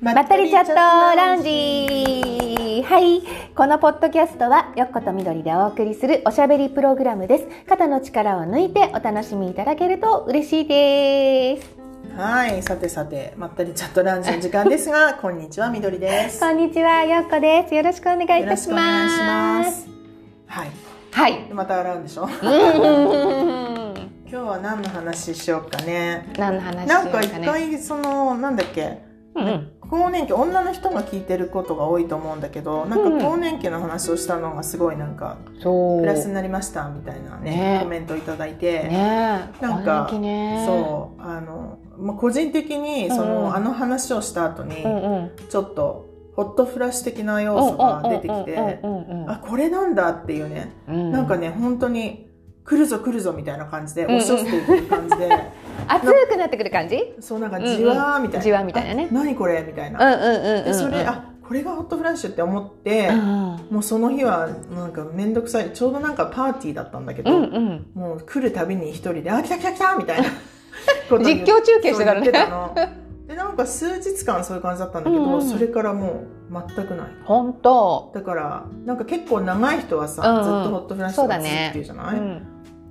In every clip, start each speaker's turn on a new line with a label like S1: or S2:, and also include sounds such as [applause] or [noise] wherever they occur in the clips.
S1: ま
S2: まったりチャットラウンジはいこのポッドキャストはよっことみどりでお送りするおしゃべりプログラムです肩の力を抜いてお楽しみいただけると嬉しいです
S1: はいさてさてまったりチャットラウンジの時間ですが
S2: [laughs]
S1: こんにちはみどりです
S2: こんにちはよっこですよろしくお願いいたします
S1: はい
S2: はい
S1: でまた洗うんでしょ
S2: うーん
S1: 今日は何の話しようかね
S2: 何の話しよ
S1: な
S2: うん
S1: か
S2: か
S1: 一
S2: ね
S1: 回そのなんだっけ
S2: うんうん
S1: 更年期女の人が聞いてることが多いと思うんだけどなん
S2: うん
S1: か更年期の話をしたのがすごいなんか
S2: そう
S1: プラスになりましたみたいなね
S2: ね
S1: コメントをいただいて、
S2: ねえ
S1: なんか
S2: 還暦ね
S1: そうあの、まあ、個人的にその、
S2: うんうん
S1: あの話をした後に、
S2: うんうん
S1: ちょっとホットフラッシュ的な要素が出てきて
S2: うんうんうんうん
S1: あこれなんだっていうね、
S2: うん
S1: なんかね本当に来るぞ来るぞみたいな感じで押し寄せていく感
S2: [laughs]
S1: じで、
S2: 熱くなってくる感じ
S1: そうなんかじわーみたいな、
S2: うんうんじわーみたいなね
S1: あ何これみたい
S2: うん
S1: な、
S2: うんうんうん
S1: でそれあこれがホットフラッシュって思って、
S2: うん
S1: もうその日はなんか面倒くさいちょうどなんかパーティーだったんだけ
S2: う
S1: ど、
S2: んうん
S1: もう来るたびに一人で「あ来た来た来た!」みたいなこと
S2: 実況中継してたのね
S1: そう言ってたのでなんか数日間そういう感じだったんだけど、
S2: うんうん
S1: それからもう全くない
S2: 本当
S1: だからなんか結構長い人はさ、
S2: うんうん
S1: ずっとホットフラッシ
S2: そ
S1: ュ
S2: うだ
S1: がつ
S2: ね
S1: っていうじゃな
S2: う
S1: い、
S2: ん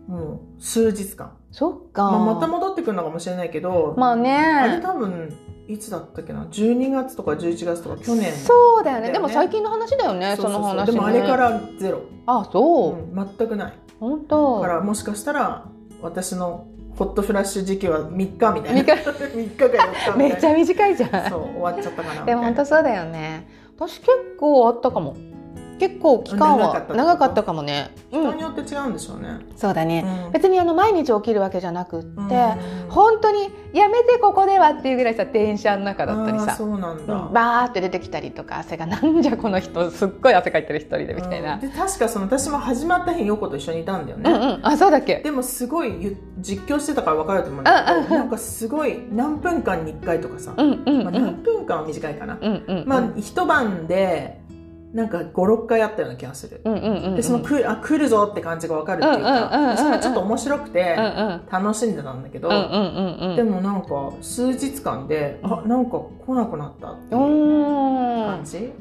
S1: もう数日間、
S2: そっか
S1: まあ、また戻ってくるのかもしれないけど、
S2: まあ
S1: あれ
S2: ね
S1: 多分いつだったっけな12月とか11月とか去年
S2: そうだ
S1: だよ
S2: よね
S1: ね
S2: でも最近の話だよね
S1: う
S2: そうの
S1: うで
S2: 話
S1: もあれか
S2: ね
S1: らゼロ、
S2: あそう
S1: うん全くない
S2: 本
S1: だ
S2: 当
S1: からもしかしたら私のホットフラッシュ時期は3日みたいな
S2: 三
S1: [laughs] 三日か4日み
S2: [laughs] めっ
S1: い
S2: たち
S1: な
S2: ゃ短いじゃ
S1: そ
S2: ん
S1: う終わっちゃったかなみたい
S2: で
S1: な
S2: も本当そうだよね私結構あったかも結構期間
S1: 長かったっ
S2: は
S1: てこと
S2: 長かったかもねう
S1: 人に
S2: ん
S1: よって違うんでしょうね、
S2: そうだね
S1: うん
S2: 別にあの毎日起きるわけじゃなくって
S1: うん
S2: 本当にやめてここではっていうぐらいさ電車の中だったり
S1: あー
S2: さ
S1: そうなんだ、
S2: うんバーって出てきたりとか汗がなんじゃこの人すっごい汗かいてる一人でみたいな、
S1: うんで確かその私も始まった日陽子と一緒にいたんだよ
S2: うん、うん
S1: ね、
S2: あそうだっけ
S1: でもすごいゆ実況してたから分かると思うんだ
S2: うん
S1: け
S2: うん
S1: どなんかすごい何分間に1回とかさ、
S2: うんうんうん
S1: まあ、何分間は短いかな、
S2: うんうんうん
S1: まあ一晩でなんか56回あったような気がする、
S2: うんうんうんうん
S1: でそのくあ来るぞって感じが分かるっていうか、
S2: うんうんうんうんうん
S1: それがちょっと面白くて
S2: うんうん
S1: 楽しんでたんだけど、
S2: うんうんうんうん
S1: でもなんか数日間で、あなんか来なくなったって
S2: う
S1: いう
S2: ー
S1: 感
S2: ん
S1: じ、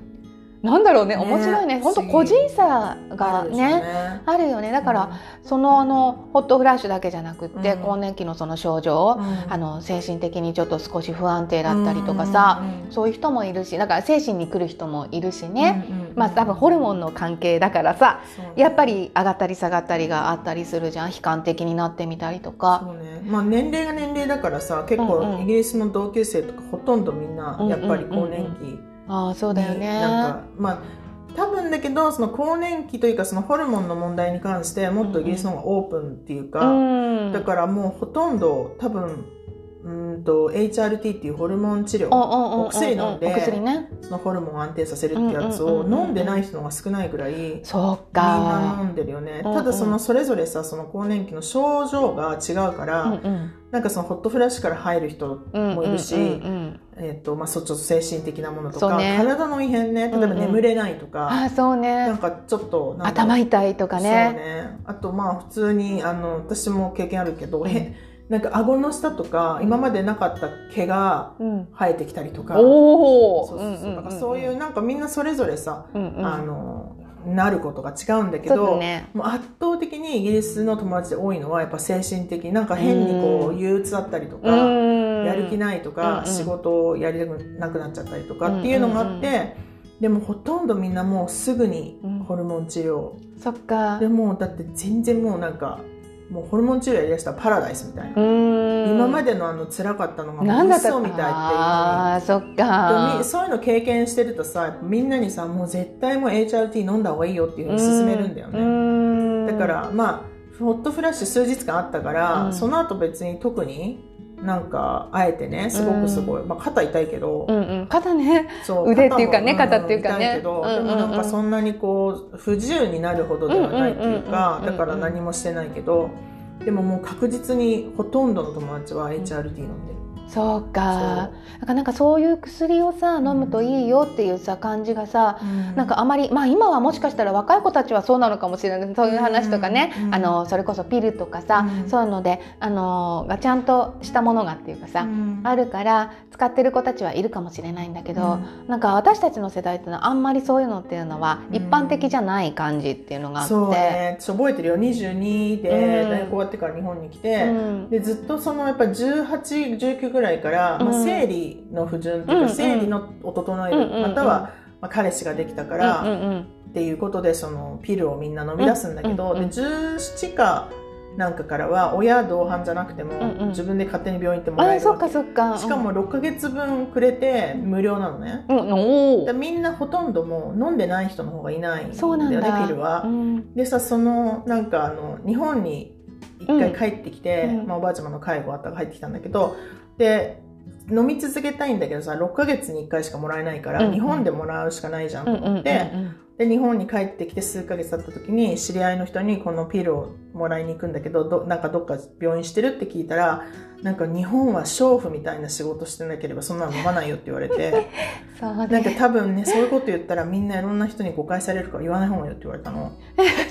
S2: なんだろうね
S1: ね
S2: 面白いね本当個人差が
S1: あるでしょう
S2: ねあるよねだから、、そのあのホットフラッシュだけじゃなくって、
S1: うん
S2: 更年期のその症状、
S1: うん
S2: あの精神的にちょっと少し不安定だったりとかさ、、そういう人もいるしだから精神に来る人もいるし
S1: うんうんうん
S2: ね、
S1: うんうん
S2: まあ多分ホルモンの関係だからさ
S1: そうね
S2: やっぱり上がったり下がったりがあったりするじゃん悲観的になってみたりとか
S1: そうねまあ、年齢が年齢だからさ結
S2: うんう
S1: 構
S2: ん
S1: イギリスの同級生とかほとんどみんなやっぱり更年期に
S2: ああそうだよね
S1: なんかまあ多分だけどその更年期というかそのホルモンの問題に関してもっとイギリスの方がオープンっていうか、
S2: うん
S1: だからもうほとんど多分うーんと HRT っていうホルモン治療、
S2: うんうんうんうんうん
S1: お薬飲んで
S2: お薬ね
S1: そのホルモンを安定させるってやつ
S2: うんう
S1: を
S2: んうんうん
S1: 飲んでない人の方が少ないぐらいみん
S2: そう
S1: な
S2: か
S1: 飲んでるよね
S2: うんうん
S1: ただそのそれぞれさその更年期の症状が違うから、
S2: うんうん
S1: なんかそのホットフラッシュから入る人、
S2: うん
S1: もういるし
S2: うんうん
S1: えっとまあ、そうちょっと精神的なものと
S2: そ
S1: か、
S2: うね
S1: 体の異変ね例えば
S2: うんうん
S1: 眠れないと
S2: あ
S1: か、
S2: あそう
S1: なん
S2: ね
S1: かちょっとなんだろう
S2: 頭痛いとか
S1: そう
S2: ね
S1: ねあとまあ普通にあの私も経験あるけど、
S2: うん
S1: へなんか顎の下とか今までなかった毛が
S2: うん
S1: 生えてきたりとか
S2: おお
S1: そうそうそうだからそういうなんかみんなそれぞれさ、あ
S2: の
S1: のなることが違うんだけ
S2: ちょっ
S1: ど
S2: とね
S1: もう圧倒的にイギリスの友達で多いのはやっぱ精神的なんか変にこ
S2: う
S1: うん憂鬱だったりとか、や
S2: や
S1: る気ないとか、
S2: うんうん
S1: 仕事をやりたくなくなっちゃったりとかっていうのがあって、
S2: うん
S1: でもほとんどみんなもうすぐにホルモン治療、
S2: そっか
S1: でもうだって全然もうなんかもうホルモン治療やりだしたらパラダイスみたいな、今
S2: 今
S1: までのあの辛かったのが
S2: なん
S1: も
S2: だ
S1: う
S2: った
S1: 嘘みたい
S2: あ
S1: っ
S2: あそって
S1: いうの
S2: か
S1: にそういうの経験してるとさみんなにさもう絶対もう HRT 飲んだ方がいいよっていうふうに勧めるんだよね、
S2: ね
S1: だからまあホットフラッシュ数日間あったから、
S2: うん
S1: その後別に特になんかあえてねすごくすごい、まあ、肩痛いけど、
S2: うんうん肩ね
S1: そう
S2: 腕っていうかね
S1: 肩
S2: 肩
S1: もん
S2: っていうかね
S1: 痛いけど、
S2: うんうんうん
S1: でもなんかそんなにこう不自由になるほどではないっていうか、
S2: うんうんうんうん
S1: だから何もしてないけどでももう確実にほとんどの友達は HRT 飲んでる、
S2: そうかなんかなんかそういう薬をさ飲むといいよっていうさ感じがさなんかあまりまあ今はもしかしたら若い子たちはそうなのかもしれないそういう話とかね、
S1: うん
S2: あのそれこそピルとかさ、
S1: うん
S2: そういうのであのがちゃんとしたものがっていうかさ、あ
S1: る
S2: るから使ってる子たちはいるかもしれないんだけど、なんか私たちの世代ってのはあんまりそういうのっていうのは
S1: うん
S2: 一般的じゃない感じっていうのがあって。
S1: そうね私覚えてるよ22で
S2: うん
S1: 大学終わってから日本に来て、
S2: うん
S1: でずっとそのやっぱ1819ぐらいから、まあ、
S2: うん
S1: 生理の不順っていうか、
S2: うんうん
S1: 生理のを整え
S2: うん
S1: る、
S2: うんうん
S1: または、まあ、彼氏ができたから、
S2: うんうん
S1: っていうことでそのピルをみんな飲み出すんだけど、
S2: うんうん
S1: で17かなんかからは親同伴じゃなくても、
S2: うんうん
S1: 自分で勝手に病院行って
S2: う
S1: も
S2: ん、
S1: らえ
S2: あ
S1: る
S2: そっ
S1: わ
S2: かそっか
S1: けしかも、6ヶ月分くれて無料なのね
S2: うん、お
S1: で
S2: ー
S1: みんなほとんどもう飲んでない人の方がいないんだ
S2: そうなんだ
S1: よねピルは
S2: う。ん
S1: でさそのなんかあの日本に一回帰ってきて、
S2: うん
S1: まあ、おばあちゃまの介護あったから帰ってきたんだけどで飲み続けたいんだけどさ6ヶ月に1回しかもらえないから、
S2: うんうん
S1: 日本でもらうしかないじゃん
S2: う
S1: と
S2: んうんうんう
S1: 思
S2: ん
S1: って、で日本に帰ってきて数ヶ月経った時に知り合いの人にこのピルをもらいに行くんだけどどなんかどっか病院してるって聞いたらなんか日本は娼婦みたいな仕事してなければそんなの飲まないよって言われ
S2: [laughs]
S1: て
S2: そう
S1: なんか
S2: ね
S1: 多分ねそういうこと言ったらみんないろんな人に誤解されるから言わない方がいいよって言われたの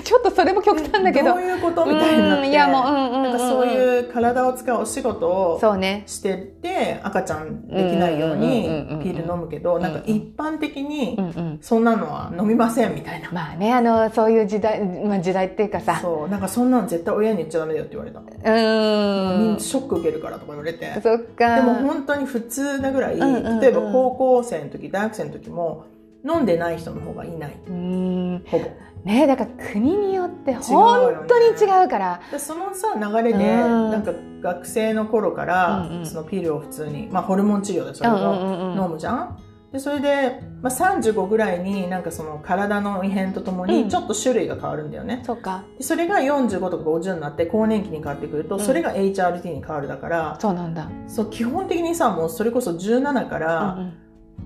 S2: ちょっとそれも極端だけど
S1: どういうことみたいになっ
S2: う
S1: て
S2: んいやもう、うんうんうんうん、
S1: なんかそう
S2: う
S1: いう体を使うお仕事を
S2: そうね
S1: してて赤ちゃんできないように
S2: うんうんうんうんうん
S1: ピル飲むけどなんか一般的に
S2: うんうん
S1: そんなのは飲みませんみたいな。
S2: まあねあのそういう時代、まあ、時代っていうかさ
S1: そうなんかそんなん絶対親に言っちゃダメだよって言われた、
S2: うーん
S1: ショック受けるからとか言われて
S2: そっか
S1: でも本当に普通なぐらい、
S2: うんうんうん
S1: 例えば高校生の時大学生の時も飲んでない人の方がいないう
S2: ーん
S1: ほぼ
S2: ねだから国によって
S1: 違うよ
S2: 本
S1: ね
S2: 当に違うから
S1: でそのさ流れで、
S2: うん
S1: なんか学生の頃から、
S2: うんうん
S1: そのピルを普通に、まあ、ホルモン治療でそれ
S2: うん
S1: も
S2: うんうんうん
S1: 飲むじゃんでそれで、まあ、35ぐらいになんかその体の異変ととも
S2: うん
S1: にちょっと種類が変わるんだよね、
S2: そうか
S1: でそれが45とか50になって更年期に変わってくると、
S2: うん
S1: それが HRT に変わるだから、
S2: そうなんだ
S1: そう基本的にさもうそれこそ17か
S2: う
S1: ら
S2: ん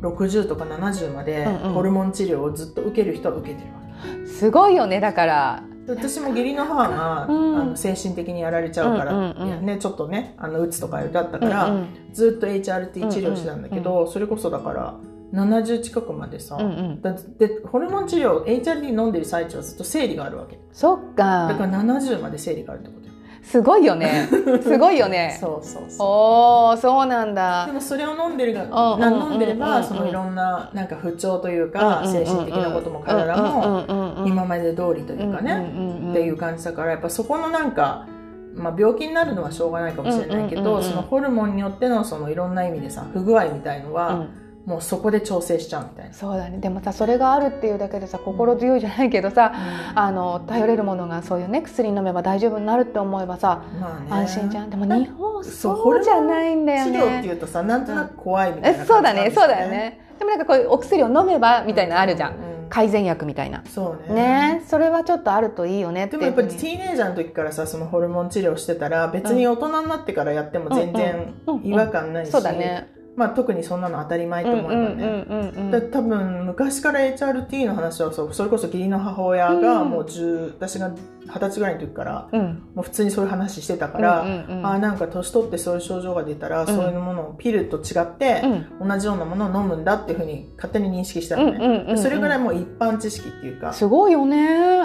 S1: 60とか70まで
S2: うんうん
S1: ホルモン治療をずっと受ける人は受けてるわ
S2: うんすごいよねだから
S1: けで私も義理の母が、
S2: うん
S1: あの精神的にやられちゃうから、
S2: うんうんうん
S1: ね、ちょっとねあのうつとかだったから、
S2: うん
S1: ずっと HRT 治療してたんだけど、それこそだから70近くまでさ、
S2: うんうんうん
S1: だでホルモン治療 HRT 飲んでる最中はずっと生理があるわけ
S2: そっ
S1: だか
S2: から
S1: 70まで生理があるってことよ、
S2: すごいよねすごい
S1: [laughs]
S2: よね
S1: そうそうそう
S2: おおそうなんだ
S1: でもそれを飲んでるが
S2: うん
S1: な
S2: うんうん
S1: 飲んでれ
S2: うんうん
S1: ばそのいろんななんか不調というか
S2: うんうんう
S1: 精
S2: ん
S1: 神的なことも体も
S2: うんうん
S1: 今まで通りというかね
S2: ね
S1: っていう感じだからやっぱそこのなんかまあ病気になるのはしょうがないかもしれないけ
S2: うんうんう
S1: ど
S2: んうん
S1: そのホルモンによってのそのいろんな意味でさ不具合みたいの
S2: う
S1: は
S2: ん
S1: もうそこで調整しちゃうみたい
S2: そうだねでもさそれがあるっていうだけでさ心強いじゃないけどさ
S1: な。
S2: あの頼れるものがそういうね薬飲めば大丈夫になるって思えばさ
S1: まあね
S2: 安心じゃんでも日本
S1: そう
S2: そうじゃないんだよ
S1: 治療って
S2: ね
S1: いうとさなんとなく怖いみたい
S2: え
S1: な
S2: そう
S1: 感じな
S2: だ
S1: ん
S2: ね
S1: です
S2: そうだよねでもなんかこういうお薬を飲めばみたいなのあるじゃん
S1: うん
S2: 改善薬みたいな
S1: そうね
S2: ねそれはちょっとあるといいよねって
S1: で
S2: いう
S1: もやっぱり
S2: ふう
S1: テ
S2: に
S1: ィーネイジャーの時からさそのホルモン治療してたら別に大人になってからやっても全然
S2: うんうんうん
S1: 違和感ないし、
S2: そうだね
S1: まあ、特にそんなの当たり前
S2: う
S1: と
S2: ん
S1: 思
S2: う
S1: えばね、
S2: んうんうんう
S1: だ
S2: ん
S1: 多分昔から HRT の話はそうそれこそ義理の母親がもう10、私が20歳ぐらいの時から
S2: うん
S1: もう普通にそういう話してたか
S2: う
S1: ら、
S2: んうん
S1: ああなんか年取ってそういう症状が出たら、そういうものをピルと違って
S2: う、ん
S1: 同じようなものを飲むんだっていうふうに勝手に認識したのね、
S2: うんうんうんうん
S1: それぐらいもう一般知識っていうか
S2: すごいよ
S1: だ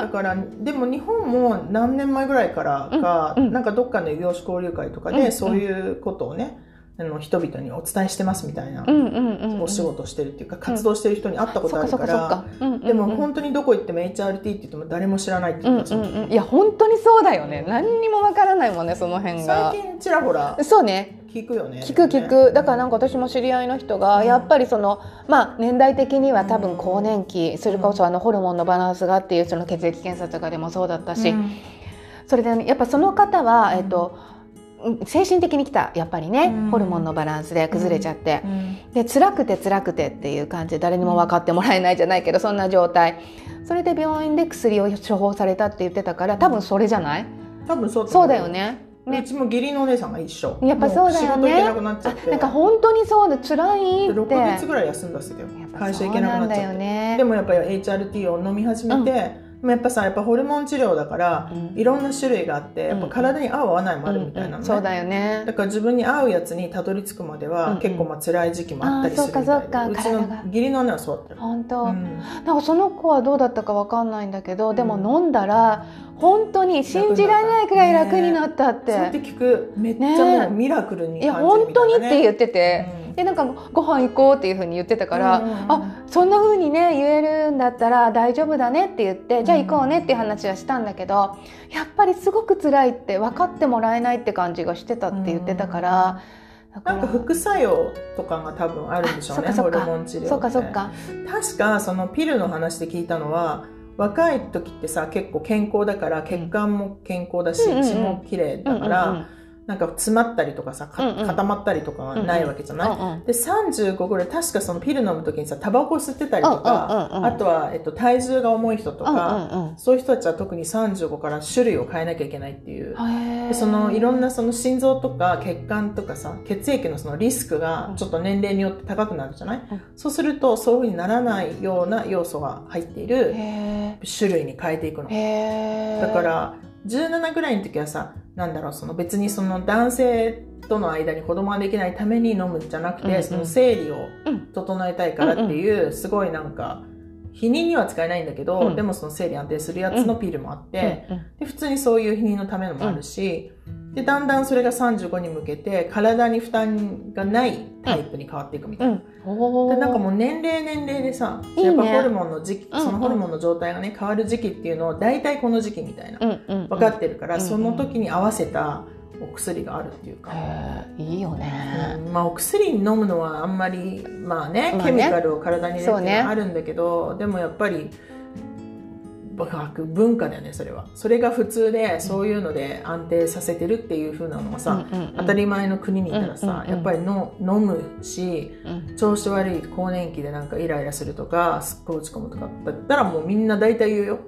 S2: ね
S1: からでも日本も何年前ぐらいからか、
S2: うんうん
S1: なんかどっかの異業種交流会とか
S2: うんう
S1: で
S2: ん
S1: そういうことをね、あの人々にお伝えしてますみたいな、
S2: うんうんうん
S1: お仕事してるっていうか活動してる人に会ったことある
S2: そ
S1: か
S2: っかそっ
S1: ら、
S2: かそっかうんうんうん
S1: でも本当にどこ行っても HRT って言っても誰も知らないって
S2: う
S1: 言
S2: ん
S1: ってた、
S2: うんうんいや本当にそうだよね何にもわからないもんねその辺が
S1: 最近ちらほら
S2: そうね
S1: 聞くよね
S2: 聞く聞くだからなんか私も知り合いの人が
S1: うん
S2: やっぱりそのまあ年代的には多
S1: う
S2: 分
S1: ん
S2: 更年期それこそあのホルモンのバランスがっていうその血液検査とかでもそうだったし
S1: うん
S2: それであのやっぱその方は
S1: うん
S2: えっとうん精神的に来たやっぱりね
S1: うん
S2: ホルモンのバランスで崩れちゃって
S1: うん
S2: で辛くて辛くてっていう感じで誰にも分かってもらえないじゃないけどそんな状態それで病院で薬を処方されたって言ってたから多分それじゃない
S1: 多分そうと
S2: そ
S1: 思
S2: うだよね。ね
S1: うちも義理のお姉さんが一緒
S2: やっぱそうだよね
S1: も仕事行けなくなっちゃ
S2: あ
S1: って
S2: なんか本当にそうで辛いって
S1: 6ヶ月ぐらい休んだっすよ
S2: やっぱ
S1: 会社
S2: そう
S1: 行けなくなっちゃっ
S2: んだ
S1: て
S2: よね
S1: でもやっぱり HRT を飲み始めて、でもやっぱさやっぱホルモン治療だから、
S2: うん
S1: いろんな種類があってやっぱ体に合う合わないもあ
S2: う
S1: る
S2: ん
S1: みたいなのね、
S2: そうだよね
S1: だから自分に合うやつにたどり着くまで
S2: うん
S1: は
S2: うん
S1: 結構まあ辛い時期もあったりす
S2: あ
S1: る
S2: ーそ
S1: み
S2: うか
S1: たい
S2: そう
S1: でうち
S2: か体が
S1: の義理の姉はそうだったよ
S2: 本当、
S1: うん
S2: なんかその子はどうだったかわかんないんだけどでも
S1: うん
S2: 飲んだら本当に信じられないくらい楽になったっ
S1: そ
S2: て
S1: うやって聞くめっち
S2: ね
S1: ゃもうミラクルに
S2: いや
S1: 感じる
S2: 本
S1: み
S2: 当
S1: たい
S2: に
S1: な
S2: っ
S1: ね
S2: て言ってて、
S1: うん
S2: でなんかご飯行こうっていうふうに言ってたから、
S1: うんうんうん
S2: あそんな風にね言えるんだったら大丈夫だねって言ってじゃあ行こうねっていう話はしたんだけど、やっぱりすごく辛いって分かってもらえないって感じがしてたって言ってたから、だ
S1: な
S2: ら
S1: んか副作用とかが多分あるんでしょうね
S2: あそ
S1: ホ
S2: っかそっか
S1: ルモン治療って
S2: そうかそうか
S1: 確かそのピルの話で聞いたのは若い時ってさ結構健康だから血管も健康だし、
S2: うんうんうん
S1: 血も綺麗だから、なんか詰まったりとかさか
S2: うんうん
S1: 固まったりとかはないわけじゃない、
S2: うんうん
S1: で35ぐらい確かそのピル飲む時にさタバコ吸ってたりとか、
S2: うんうんうんうん
S1: あとは、えっと、体重が重い人とか、
S2: うんうん
S1: そういう人たちは特に35から種類を変えなきゃいけないっていう、
S2: うんへー
S1: でそのいろんなその心臓とか血管とかさ血液のそのリスクがちょっと年齢によって高くなるじゃない、
S2: うん
S1: そうするとそういうふうにならないような要素が入っている
S2: へ
S1: 種類に変えていくの
S2: ー。へー
S1: だから17ぐらいの時はさなんだろうその別にその男性との間に子供ができないために飲むんじゃなくて、
S2: うんうん
S1: その生理を
S2: うん
S1: 整えたいからっていう、すごいなんか避妊には使えないんだけど、
S2: うん
S1: でもその生理安定するやつのピルもあって、
S2: うんうん
S1: で普通にそういう避妊のためのもあるし、でだんだんそれが35に向けて体に負担がないタイプに変わっていくみたいな。
S2: おー
S1: でなんかもう年齢年齢でさ
S2: いいね
S1: やっぱホルモンの時期
S2: うんうん
S1: そのホルモンの状態がね変わる時期っていうのを大体この時期みたいな
S2: うんうんうん
S1: 分かってるから、
S2: うん
S1: その時に合わせたお薬があるっていうか、
S2: へーいいよね。
S1: うんまあ、お薬飲むのはあんまりまあね,、
S2: まあね
S1: ケミカルを体に入れる
S2: そう
S1: の
S2: ね
S1: はあるんだけど、でもやっぱり僕文化だよねそれはそれが普通でそういうので安定させてるっていう風なのがさ、
S2: うんうんうん
S1: 当たり前の国にいたら
S2: うんうん
S1: さ、
S2: うん
S1: やっぱりの飲むし
S2: うん
S1: 調子悪い更年期でなんかイライラするとかすっごい落ち込むとかだったらもうみんな大体言うよ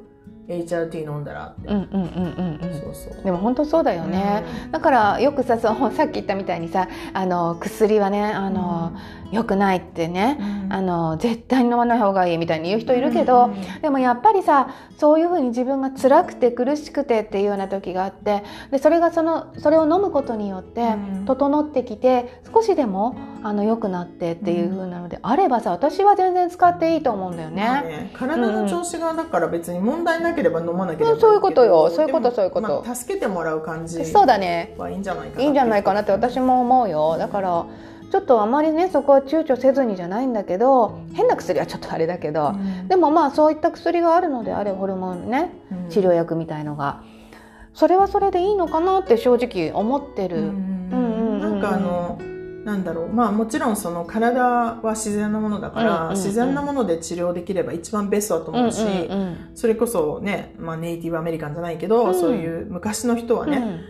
S1: HRT 飲んだらって、
S2: うんうんうんうんうん
S1: そうそう
S2: でも本当そうだよね、だからよくさそのさっき言ったみたいにさあの薬はねあの、良くないってね
S1: うん
S2: あの絶対に飲まない方がいいみたいに言う人いるけど、でもやっぱりさそういうふうに自分が辛くて苦しくてっていうような時があってでそれがそのそれを飲むことによって
S1: うん
S2: 整ってきて少しでもあの良くなってっていう風なので、あればさ私は全然使っていいと思うんだよ
S1: まあ
S2: ね。
S1: ね体の調子がだから別に問題なければ飲まなければけど
S2: そういうことよそういうこと
S1: でも
S2: そういうこと
S1: まあ助けてもらう感じ
S2: そうだね
S1: はいいんじゃないか
S2: いいんじゃないかなって私
S1: も
S2: も思うよだからちょっとあまりねそこは躊躇せずにじゃないんだけど変な薬はちょっとあれだけど、でもまあそういった薬があるのであればホルモンね治療薬みたいのがそれはそれでいいのかなって正直思ってる、
S1: うん
S2: うんうんうん
S1: なんかあのなんだろうまあもちろんその体は自然なものだから、
S2: うんうんうん
S1: 自然なもので治療できれば一番ベストだと
S2: うんうん
S1: 思
S2: う
S1: うし、
S2: ん
S1: それこそね、まあ、ネイティブアメリカンじゃないけど、
S2: うん
S1: そういう昔の人はね、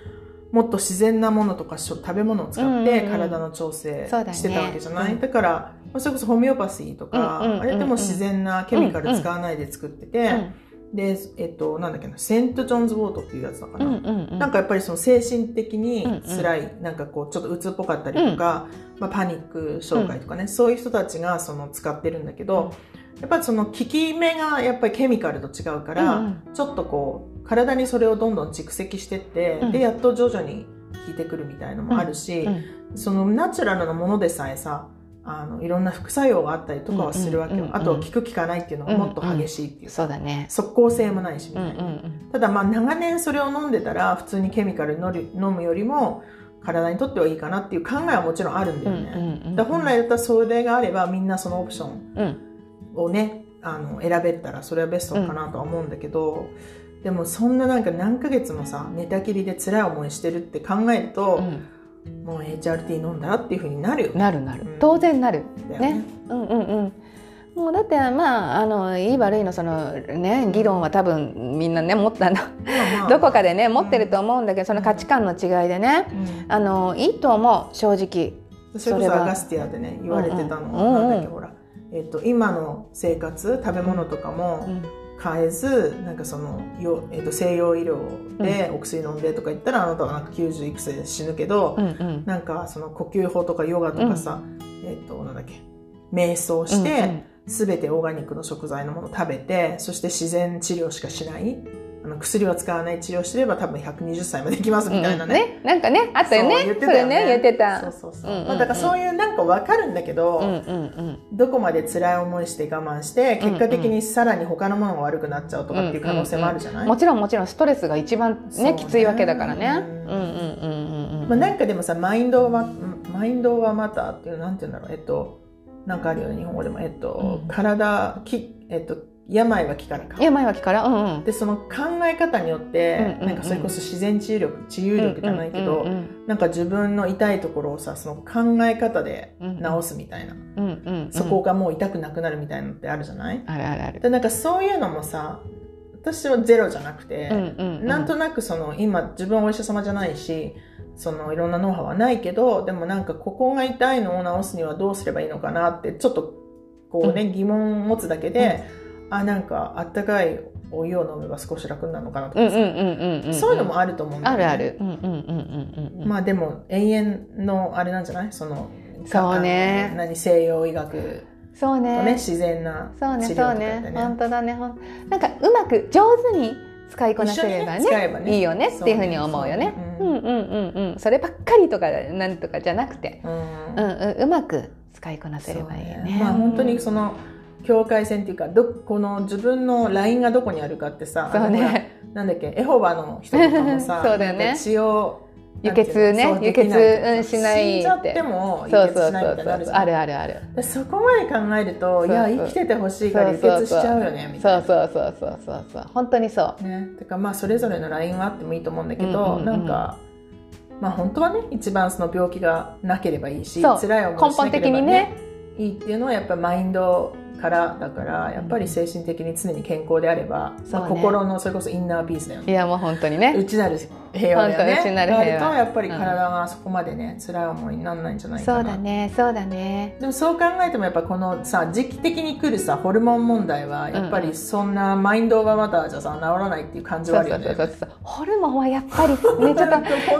S1: もっと自然なものとかしょ食べ物を使
S2: うん
S1: っ
S2: うん
S1: て
S2: うん
S1: 体の調整
S2: そうだね
S1: してたわけじゃない、
S2: うん
S1: だからまあそれこそホメオパシーとか、
S2: うんうんうんうん
S1: あれでも自然なケミカル使わないで作ってて、でえっとなんだっけなセント・ジョンズ・ウォートっていうやつだか
S2: う
S1: ら
S2: んうんうんうん
S1: なんかやっぱりその精神的に
S2: うんうん
S1: 辛い、なんかこうちょっと鬱っぽかったりとか、まあ、パニック障害とかね、そういう人たちがその使ってるんだけど、やっぱりその効き目がやっぱりケミカルと違うから、
S2: うん
S1: ちょっとこう体にそれをどんどん蓄積してって、
S2: うん
S1: でやっと徐々に効いてくるみたいのもあるし、
S2: うん
S1: そのナチュラルなものでさえさあのいろんな副作用があったりとかはするわけよ、
S2: うんうんうんうん
S1: あとは効く効かないっていうのがもっと激しいっていう、
S2: そうだね
S1: 即効性もないしみ
S2: う
S1: た
S2: ん
S1: い
S2: うん
S1: な。
S2: うん
S1: ただまあ長年それを飲んでたら普通にケミカルのり飲むよりも体にとってはいいかなっていう考えはもちろんあるんだ
S2: うん
S1: よ
S2: う
S1: ね。
S2: んうん
S1: だから本来だったらそれがあればみんなそのオプション
S2: うん
S1: をねあの選べたらそれはベストかなとは思うんだけど、でもそんななんか何ヶ月もさ寝たきりで辛い思いしてるって考える
S2: う
S1: と、
S2: ん
S1: もう HRT 飲んだらっていうふうになるよね。
S2: なるなる
S1: うん
S2: 当然なる
S1: だよ
S2: ね。うんうんうん。もうだってまああのいい悪いのそのね議論は多分みんなね持ったの
S1: まあまあ
S2: どこかでね持ってると思うんだけどその価値観の違いでね
S1: うん
S2: あのいいと思う正直。
S1: それこ
S2: それ
S1: そ
S2: は
S1: アガスティアでね言われてたの、
S2: うんう
S1: なんだ
S2: ん
S1: っ
S2: うんう
S1: け
S2: ん
S1: ほら、えっと今の生活食べ物とかも、
S2: うん
S1: 変えずなんかそのよ、えっと西洋医療でお薬飲んでとか言ったら、あなたはなんか90いくつで死ぬけど、
S2: うんうん。
S1: なんかその呼吸法とかヨガとかさ、えっとなんだっけ瞑想して、
S2: うんうん
S1: 全てオーガニックの食材のものを食べて、そして自然治療しかしない、あの薬は使わない治療してれば多分120歳まで生きますみたいなね。
S2: ねなんかねあったよね
S1: そう言って
S2: そ
S1: た
S2: れ
S1: よね
S2: ね言ってた
S1: そうそうそう。
S2: うんうんうん
S1: まあだからそういうなんかわかるんだけど、
S2: うんうんうん
S1: どこまで辛い思いして我慢して、結果的にさらに他のものが悪くなっちゃうとかっていう可能性もあるじゃない、
S2: もちろんもちろんストレスが一番
S1: そう
S2: ね
S1: ね
S2: きついわけだからね
S1: うん
S2: うんうんうんうんうん
S1: まあ、なんかでもさ、マインドは、んマインドはまたっていう、なんて言うんだろう、えっと、なんかあるよね、日本語でも。えっと、
S2: うん
S1: 体、き、えっと、病は気からか。
S2: 病は気からうんうん
S1: で、その考え方によって、
S2: うんうんうん
S1: なんかそれこそ自然治癒力、治癒力じゃないけど、
S2: うんうん
S1: なんか自分の痛いところをさ、その考え方で
S2: うんうん
S1: 治すみたいな。
S2: うんうんうん
S1: そこがもう痛くなくなるみたいなのってあるじゃない、
S2: あるあるある
S1: で、なんかそういうのもさ、私はゼロじゃなくて、
S2: うんうんうん
S1: なんとなくその今自分はお医者様じゃないしそのいろんなノウハウはないけどでもなんかここが痛いのを治すにはどうすればいいのかなってちょっとこうね、疑問を持つだけで、あなんかあったかいお湯を飲めば少し楽になるのかなと
S2: うん
S1: か
S2: うん
S1: さ、
S2: うんうんうん
S1: そういうのもあると思うんだ
S2: あ
S1: よね
S2: るあるうんうんうんうんうん
S1: まあでも永遠のあれなんじゃないその
S2: そうね
S1: か何西洋医学
S2: そう
S1: とね
S2: ね
S1: 自然な治
S2: そうね
S1: 療と
S2: そ
S1: か
S2: う
S1: って
S2: ね
S1: ね
S2: 本当だねほんなんかうまく上手に使いこなせれば
S1: 一緒にね使えば
S2: ね
S1: ね
S2: いいよねっていうふうに思うよね
S1: そうね
S2: う
S1: そ
S2: ん
S1: う
S2: うんうんうんそればっかりとかなんとかじゃなくて
S1: うん
S2: うんうんうまく使いこなせ
S1: そう
S2: ればいいね
S1: まあ本当に
S2: そ
S1: その境界線っていうかどこの自分のラインがどこにあるかってさ
S2: う
S1: あのほら
S2: ね
S1: なんだっけエホバの人とかもさ
S2: [laughs] そうだよね
S1: なんか血を
S2: 輸血ね
S1: なんていうのそう
S2: 輸血うん
S1: でき
S2: しないって
S1: いとかさ死んじゃっても
S2: そう
S1: 輸血
S2: そうそう
S1: しないみたいになる
S2: そ
S1: じ
S2: う
S1: ゃ
S2: あ
S1: ん
S2: るあるある
S1: でそこまで考えると
S2: そうそ
S1: い
S2: う
S1: や生きててほしいから輸
S2: そうそう
S1: 血
S2: そう
S1: しちゃうよねみた
S2: そ
S1: いうな。
S2: そうそうそうそうそう本当にそう
S1: ね、てかまあそれぞれのラインはあってもいいと思うんだけど、
S2: うんうんうん
S1: なんかまあ本当はね一番その病気がなければいいし
S2: そう
S1: 辛い思いを
S2: 根
S1: しな
S2: 本
S1: け
S2: 的
S1: れば
S2: にね
S1: いいっていうのはやっぱりマインドからだからやっぱり精神的に常に健康であれば、
S2: そう
S1: ま
S2: ね
S1: あ、心のそれこそインナーピースだよ
S2: い
S1: ね
S2: やもう本当にね
S1: 内なる平和だよね
S2: 本当内なる平和
S1: があるとやっぱり体がそこまでね、辛い思いにならないんじゃない
S2: そ
S1: か
S2: う
S1: な
S2: だねそうだね
S1: でもそう考えてもやっぱこのさ時期的に来るさホルモン問題はやっぱ
S2: うんう
S1: りそんなマインドがまだじゃさ治らないっていう感じ
S2: そ
S1: はあ
S2: う
S1: る
S2: そ
S1: よ
S2: う
S1: ね
S2: そうそうそうホルモンはやっぱりねちょっ
S1: [laughs]
S2: と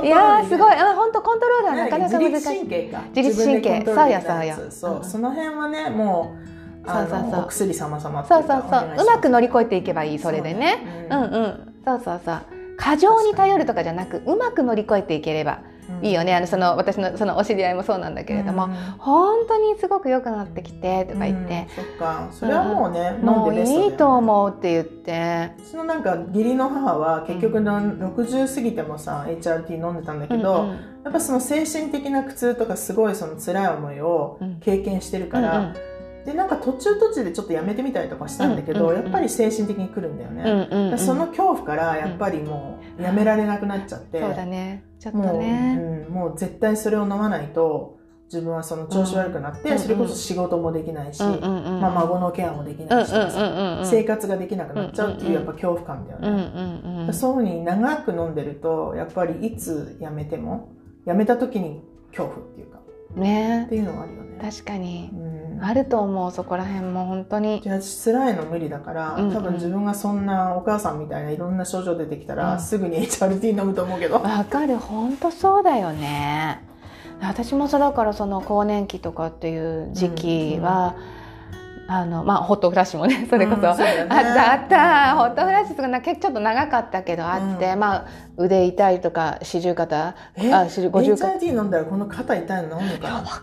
S2: い
S1: い
S2: やーすごいあ本当コントロールはなかなか難し
S1: 自律
S2: い
S1: 神経か
S2: 自律神経
S1: 自分でコントロールでき
S2: そう
S1: ない
S2: や
S1: や
S2: そうや
S1: つそううんその辺はねもうあの
S2: そうそうそう
S1: お薬様様ってい
S2: そう
S1: う
S2: そ
S1: かお
S2: うそ
S1: 願いうしす
S2: うまく乗り越えていけばいいそれでねうんうんそうそうそう過剰に頼るとかじゃなくうまく乗り越えていければ
S1: うん
S2: いいよねあのその私のそのお知り合いもそうなんだけれども、本当にすごく良くなってきてとか言って、
S1: うんそっかそれはもうね、
S2: も
S1: 飲ん
S2: う
S1: でベストだよね
S2: いいと思うって言って
S1: うちのなんか義理の母は結局の60過ぎてもさ HRT 飲んでたんだけど、
S2: うん
S1: やっぱその精神的な苦痛とかすごいその辛い思いを
S2: うん
S1: 経験してるから、でなんか途中途中でちょっとやめてみたりとかしたんだけど、
S2: うんうんうん
S1: やっぱり精神的に来るんだよね、
S2: うんうんうん
S1: その恐怖からやっぱりもうやめられなくなっちゃって、
S2: そうだねちょっと
S1: もう、
S2: ね
S1: うん、もう絶対それを飲まないと自分はその調子悪くなって、
S2: うん
S1: それこそ仕事もできないし、
S2: うんうんうん
S1: まあ、孫のケアもでき
S2: うんう
S1: なんいし、
S2: うんうん
S1: 生活ができなくなっちゃうっていうやっぱ恐怖感だよね、
S2: うんうんうん
S1: そういうふうに長く飲んでるとやっぱりいつやめてもやめた時に恐怖っていうかっ
S2: ね
S1: ていうのはあるよね、
S2: 確かに
S1: うん、
S2: あると思うそこら辺も本当に
S1: じゃあ私辛いの無理だから、
S2: うんうん
S1: 多分自分がそんなお母さんみたいないろんな症状出てきた
S2: う
S1: ら
S2: ん
S1: すぐに [laughs] HRT 飲むと思うけど、
S2: わかる本当そうだよね私もさだからその更年期とかっていう時期は、あのまあホットフラッシュもね [laughs] それこそ、
S1: うん
S2: あっ
S1: そうだよね
S2: たあったホットフラッシュとかなちょっと長かったけどあって、
S1: う
S2: まあ腕痛いとか四十肩
S1: え
S2: あ四十五十肩
S1: HRT 飲んだらこの肩痛いの治るの
S2: い
S1: か
S2: やわ
S1: な
S2: か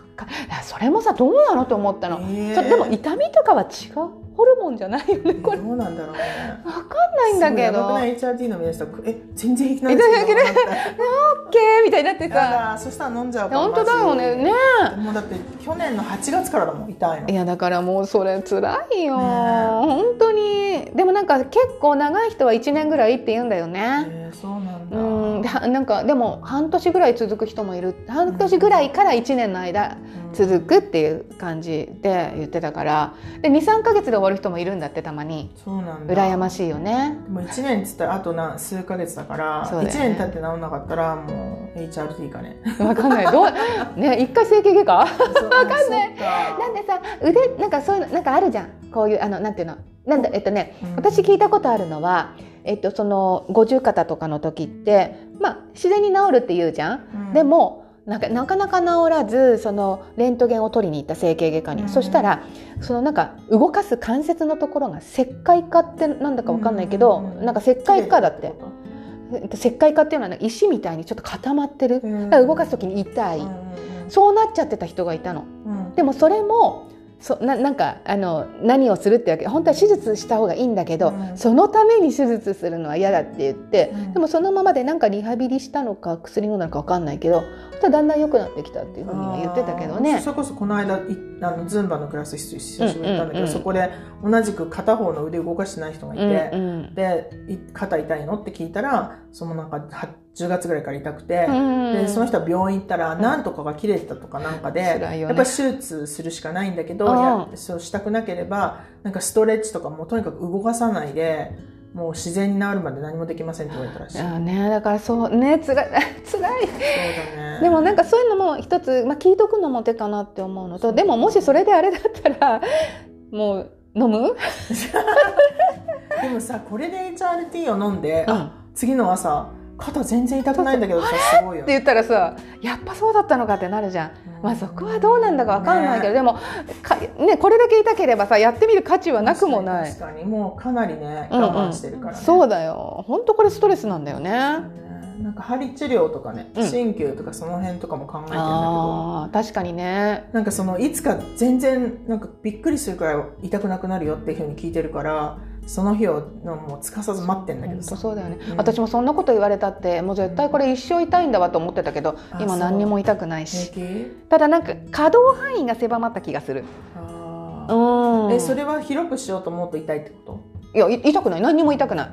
S2: いやそれもさどうなのと思ったの、
S1: えー
S2: それでも痛みとかは違うホルモンじゃないよねこれ
S1: どうなんだろうね
S2: わかんないんだけ
S1: す
S2: ど
S1: ごいやば
S2: オッ
S1: くない HRT 飲み出したらえ全然平気なんですけど
S2: 平気ケーみたいになって
S1: や
S2: さ
S1: だそしたら飲んじゃうから
S2: 本当だよねね
S1: もうだって去年の8月からだもん痛いの
S2: いやだからもうそれ辛いよ、
S1: ねえ
S2: 本当にでもなんか結構長い人は1年ぐらいって言うんだよね、
S1: えー、そうなんだ、
S2: うんでなんかでも半年ぐらい続く人もいる半年ぐらいから1年の間続くっていう感じで言ってたからで23か月で終わる人もいるんだってたまに
S1: そうなんだ
S2: 羨ましいよね
S1: でも1年っつったらあとな数ヶ月だから
S2: そうだよ
S1: 1
S2: ね
S1: 年経って治んなかったらもう HRT か
S2: [laughs]
S1: ね
S2: わかんないどう [laughs] ね一回整形外科
S1: 分かんない
S2: なんでさ腕なんかそういうのなんかあるじゃんこういうあのなんていうのなんだえっとね私聞いたことあるのは、えっと、その五十肩とかの時って、まあ、自然に治るって言うじゃん、
S1: うん
S2: でもなんかなかなか治らずそのレントゲンを取りに行った整形外科に、
S1: うん
S2: そしたらそのなんか動かす関節のところが石灰化ってなんだかわかんないけど、
S1: うん
S2: なんか石灰化だって石灰化っていうのはなんか石みたいにちょっと固まってる、だから動かす時に痛い、そうなっちゃってた人がいたの。でもそれもそななんかあの何をするってわけ本当は手術した方がいいんだけど、
S1: うん
S2: そのために手術するのは嫌だって言って、
S1: うん
S2: でもそのままでなんかリハビリしたのか薬飲んだのか分かんないけどそしたらだんだん良くなってきたっていうふうには言ってたけど
S1: あー
S2: ね
S1: そ。れこそこの間いあのズンバのクラス久しぶりに行ったんだけど、
S2: うんうんうん
S1: そこで同じく片方の腕動かしてない人がいて、
S2: うん
S1: でい肩痛いのって聞いたらそのなんかは10月ぐらいから痛くて、
S2: うん
S1: でその
S2: 人
S1: 人は病院行ったらなんとかが切れてたとかなんかで、
S2: 辛いよ
S1: や
S2: ね
S1: っぱり手術するしかないんだけど、
S2: うん
S1: やそうしたくなければなんかストレッチとかもとにかく動かさないでもう自然に治るまで何もできませんって言われたらしい。そう
S2: あーね、だからそうねつらい [laughs] 辛い
S1: だね
S2: でもなんかそういうのも一つ、まあ、聞いとくのも手かなって思うのとでももしそれであれだったらもう飲む、
S1: でもさこれで HRT を飲んで、
S2: うん
S1: あ次の朝肩全然痛くないんだけどさすごいよ
S2: って
S1: ね。
S2: 言ったらさやっぱそうだったのかってなるじゃん、まあ、そこはどうなんだかわかんないけど、
S1: ね
S2: でもか、ね、これだけ痛ければさやってみる価値はなくもない
S1: 確かにもうかなりね
S2: うんうん
S1: 我慢してるから、ね
S2: そうだよ本当これストレスなんだよね
S1: なんか針治療とかね
S2: うん
S1: 鍼灸とかその辺とかも考えてるんだけど、
S2: あー確かにね
S1: なんかそのいつか全然なんかびっくりするくらい痛くなくなるよっていうふうに聞いてるからその日をのもうすかさず待ってんだけ
S2: 本
S1: ど
S2: 当
S1: さ
S2: そうだよね、
S1: うん
S2: 私もそんなこと言われたってもう絶対これ一生痛いんだわと思ってたけど
S1: あ
S2: 今何にも痛くない
S1: 平
S2: し
S1: 気
S2: ただなんか可動範囲が狭まった気がする
S1: あ
S2: う
S1: ー
S2: ん
S1: えそれは広くしようと思うと痛いってこ
S2: いやい痛くない何にも痛くな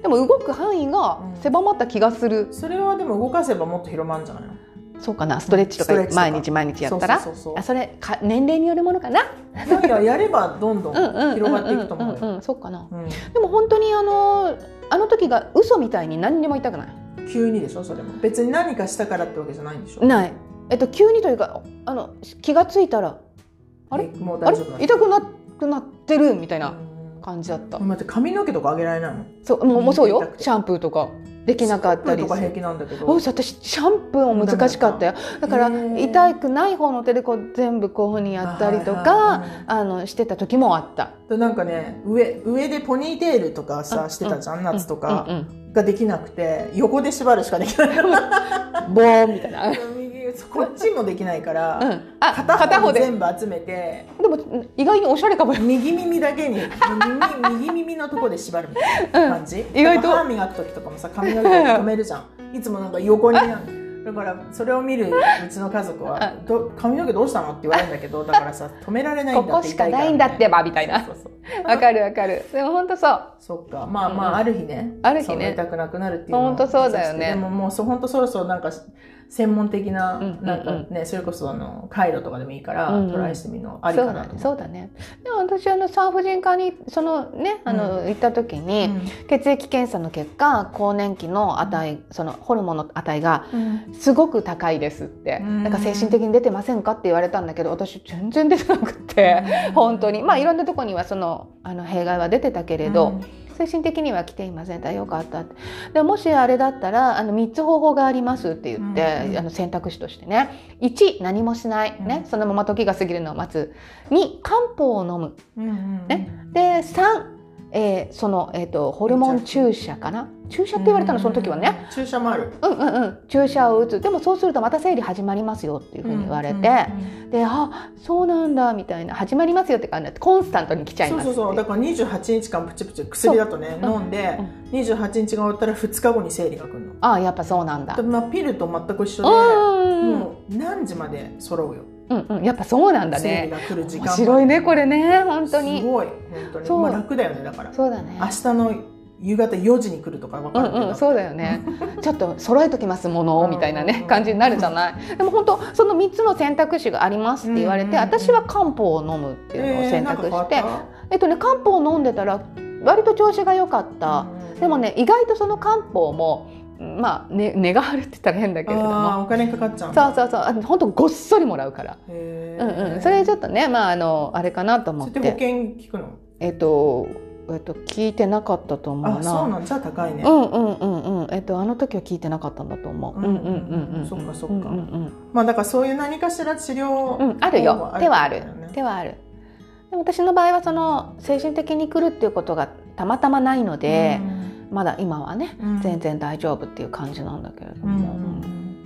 S2: いでも動く範囲が狭まった気がする
S1: と、それはでも動かせばもっと広まるんじゃないの
S2: そうかなストレッチと
S1: ス
S2: か
S1: トレッチとか
S2: 毎日毎日やったら
S1: そうそうそうそう
S2: あそれか年齢によるものかな
S1: なんかやればどんどん
S2: うんうんうん
S1: 広がっていくと思う
S2: うん
S1: よ。
S2: うんそうかな
S1: う
S2: でも本当にあのあの時が嘘みたいに何にも痛くない
S1: ん急にでしょそれも別に何かしたからってわけじゃないんでしょ
S2: ないえっと急にというかあの気がついたらあれ
S1: えもう
S2: あ
S1: 大
S2: れ
S1: 丈夫なの
S2: 痛くなくなってるみたいな
S1: うん
S2: 感じだった
S1: 待って髪の毛とか上げられないの
S2: そうもうもうそう
S1: 痛
S2: よ
S1: くて
S2: シャンプーとかできなかったり
S1: シャンプーとか平気なんだけど
S2: お私シャンプーも難しかったよだから
S1: へー
S2: 痛くない方の手でこう全部こういうふうにやったりと
S1: はい
S2: か
S1: はいはいうん
S2: あのしてた時もあった
S1: でなんかね上上でポニーテールとか
S2: う
S1: さ
S2: ん
S1: してたじゃん夏と
S2: う
S1: か
S2: んうん
S1: ができなくて横で縛るしかできない
S2: うんボーンみたいな
S1: 右こっちもできないか
S2: う
S1: ら
S2: んあ
S1: 片
S2: 片
S1: 方
S2: 方で
S1: 全部集めて
S2: でも意外におしゃれかもよ
S1: 右耳だけに右耳右耳のとこで縛るみたいな感じ、
S2: 意外
S1: だ
S2: と
S1: から歯磨く時とかもさ髪の毛止めるじゃ [laughs] んいつもなんか横になるだからそれを見るうちの家族は「ど髪の毛どうしたの?」って言われるんだけどだからさ止められない
S2: こ
S1: んだっ
S2: こ
S1: て
S2: し
S1: 痛
S2: か
S1: いから
S2: ないんだってばみたいな
S1: そうそう
S2: [laughs] わかるわかるでも本当そう
S1: そっかまあま
S2: うん
S1: あある日ね、
S2: ある
S1: そ
S2: 日ね
S1: んな痛くなくなるっていうのは
S2: ほんとそうだよね
S1: でももうそ本当そろそろなんか専門的な、
S2: うんうんうん
S1: なんかねそれこそあの回路とかでもいいから、
S2: うんうん
S1: トライしてみるのありかなと思う
S2: そうだねそうだねでも私あの産婦人科にそのねあの、行った時に、血液検査の結果更年期の値そのホルモンの値が
S1: うん
S2: すごく高いですって
S1: うん
S2: だから精神的に出てませんかって言われたんだけど私全然出てなくて本当にまあいろんなとこにはそのあの弊害は出てたけれど、精神的には来ていませんだよかったってでもしあれだったらあの3つ方法がありますって言って、
S1: うんうん
S2: あの選択肢としてね1何もしない、ね
S1: うん
S2: そのまま時が過ぎるのを待つ2漢方を飲む
S1: うんうんうん
S2: ねで3えーその、えー、とホルモン注射かな注射って言われたのその時は
S1: う
S2: ね、
S1: ん。注射もある。
S2: うんうんうん、注射を打つでもそうするとまた生理始まりますよっていうふうに言われて、であそうなんだみたいな始まりますよって感じでコンスタントに来ちゃい
S1: そう
S2: ます
S1: そうそう。だから28日間プチプチ薬だとね
S2: そう
S1: 飲んで
S2: う、
S1: 28日が終わったら2日後に生理が来るの。
S2: ああやっぱそうなんだ
S1: でまあピルと全く一
S2: うん
S1: 緒で、
S2: うんうん
S1: もう何時まで揃うよ。
S2: うんうん、やっぱそうなんだ
S1: 生理
S2: ね。
S1: が来る時間。
S2: 面白い。ね、これね、本当
S1: す
S2: に。
S1: ごい本当に。
S2: そう
S1: まあ楽だよねだから。
S2: そうだね
S1: 明。日の夕方4時に来るとかわ
S2: う
S1: かるけ
S2: んうん、
S1: ど。
S2: そうだよ
S1: [laughs]
S2: ね。ちょっと揃えときますものをみたいな
S1: うんうん
S2: ね
S1: うん
S2: 感じになるじゃない。でも本当その三つの選択肢がありますって言われ
S1: う
S2: て、
S1: んうんうん
S2: 私は漢方を飲むっていうのを
S1: えー
S2: 選
S1: なんか
S2: 択
S1: 変わ
S2: し、
S1: ってた
S2: えっとね漢方を飲んでたら割と調子が良かった。
S1: うん
S2: でもね意外とその漢方もまあね根が張るって言ったら変だけれ
S1: あ
S2: ども、
S1: ーお金かかっちゃうん
S2: そう
S1: だ。
S2: そうそう、あの本当ごっそりもらうから。
S1: へ
S2: う
S1: ー
S2: んうん、それちょっとねまああのあれかなと
S1: そ
S2: 思っ
S1: れって
S2: て
S1: 保。険聞くの？
S2: えっとえっと、聞いてなかったと思うな
S1: あそうなんじゃあ高いね、
S2: うんうんうんうんえっとあの時は聞いてなかったんだと思う。
S1: うんうんうんそっかそっか
S2: うんうん
S1: まあだからそういう何かしら治療、
S2: うんうんあるよ
S1: うん
S2: 手はある
S1: あるんだよね
S2: 手はある。でも私の場合はその精神的に来るっていうことがたまたまないので、まだ今はね
S1: うん
S2: 全然大丈夫っていう感じなんだけれど
S1: うん
S2: も。うん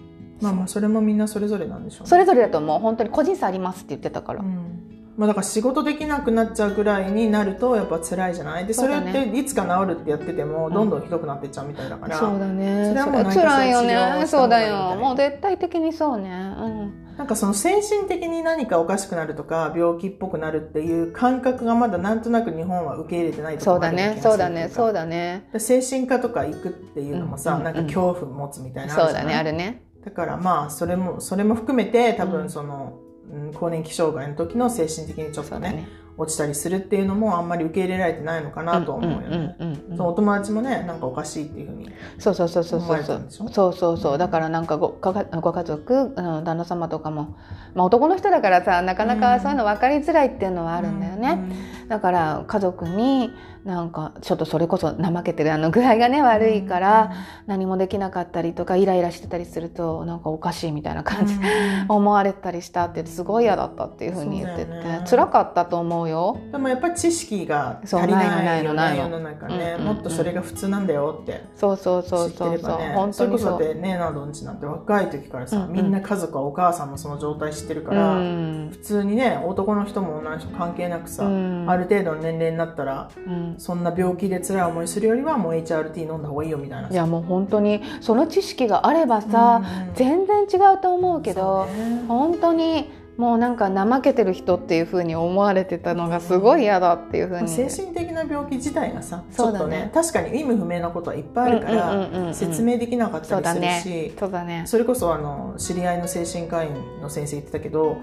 S1: まあまあそれもみんなそれぞれなんでしょうね
S2: それぞれだと思う本当に個人差ありますって言ってたから、
S1: うんまあ、だから仕事できなくなっちゃうぐらいになるとやっぱ辛いじゃないで
S2: そ
S1: そうれ
S2: だ
S1: っ
S2: ね
S1: ていつか治るってやってても
S2: ん
S1: どんどんひどくなってっちゃうみたいだから、
S2: そうだね
S1: それはもう
S2: それ辛いよ
S1: 内
S2: ね
S1: 科治療
S2: そうだ
S1: した方がいいみた
S2: よ
S1: いな
S2: もう絶対的にそうねうん
S1: なんかその精神的に何かおかしくなるとか病気っぽくなるっていう感覚がまだなんとなく日本は受け入れてないとこ
S2: そ
S1: ろ
S2: う
S1: もあ
S2: だ
S1: るような
S2: ね
S1: 気が
S2: そ
S1: する
S2: うだ
S1: ってい
S2: ね
S1: か
S2: そうだね
S1: で精神科とか行くっていうのもさ、
S2: うん
S1: なんか恐怖持つみたいなのある
S2: そう
S1: じゃ
S2: だ
S1: ない
S2: ねあるね
S1: だからまあそれもそれも含めて多
S2: うん
S1: 分その、うん、更年期障害の時の精神的にちょっ
S2: そ
S1: と
S2: うだ
S1: ね
S2: ね
S1: 落ちたりするっていうのもあんまり受け入れられてないのかなとは思うよね。
S2: うんうんうんうん
S1: そのお友達もねなんかおかしいっていうふうに
S2: そうそうそうそう
S1: 思わ
S2: そう
S1: れた
S2: そ
S1: ん
S2: う
S1: でしょ
S2: そうそうそうだからなんかごご家ご家族あの旦那様とかも、まあ、男の人だからさなかなかそういうの分かりづらいっていうのはあるんだよね、だから家族になんかちょっとそれこそ怠けてるあの具合がね
S1: うん
S2: 悪いから、何もできなかったりとかイライラしてたりするとなんかおかしいみたいな感じ、
S1: う
S2: 思われたりしたってすごい嫌だったっていうふうに言ってて、
S1: そうだよね
S2: 辛かったと思うよ。
S1: んでもやっぱり知識が足り
S2: そうな
S1: ないい
S2: の
S1: よ
S2: ない
S1: ね
S2: の
S1: 世の中
S2: う
S1: ね
S2: んうんうん
S1: もっとそれが普通なんだよって
S2: そうそう
S1: 知
S2: そう
S1: って
S2: そう
S1: れ
S2: そう、
S1: ばね
S2: 本
S1: そ
S2: 当
S1: れこ
S2: にそ。
S1: そうでねえなどんちなんて若い時からさ、
S2: うんうん
S1: みんな家族はお母さんもその状態知ってるか
S2: う
S1: ら、
S2: ん
S1: 普通にね男の人も女の人も関係なくさ、
S2: うん
S1: ある程度の年齢になったら
S2: うん
S1: そんな病気で辛い思いするよりはもう HRT 飲んだ方がいいよみたいない
S2: やもう本当にその知識があればさ、
S1: うん
S2: 全然違うと思うけ
S1: そ
S2: ど
S1: うね
S2: 本当にもうなんか怠けてる人っていう風に思われてたのがすごい嫌だっていう風
S1: まあ
S2: に
S1: 精神的な病気自体がさ、ち
S2: そ
S1: ょ
S2: う
S1: っ
S2: だ
S1: と
S2: ね
S1: ね確かに意味不明なことはいっぱいあるから、
S2: うんうんうんうん
S1: 説明できなかっ
S2: そ
S1: た
S2: う
S1: り
S2: だ
S1: する
S2: ね
S1: し
S2: そうだね
S1: それこそあの知り合いの精神科医の先生言ってたけど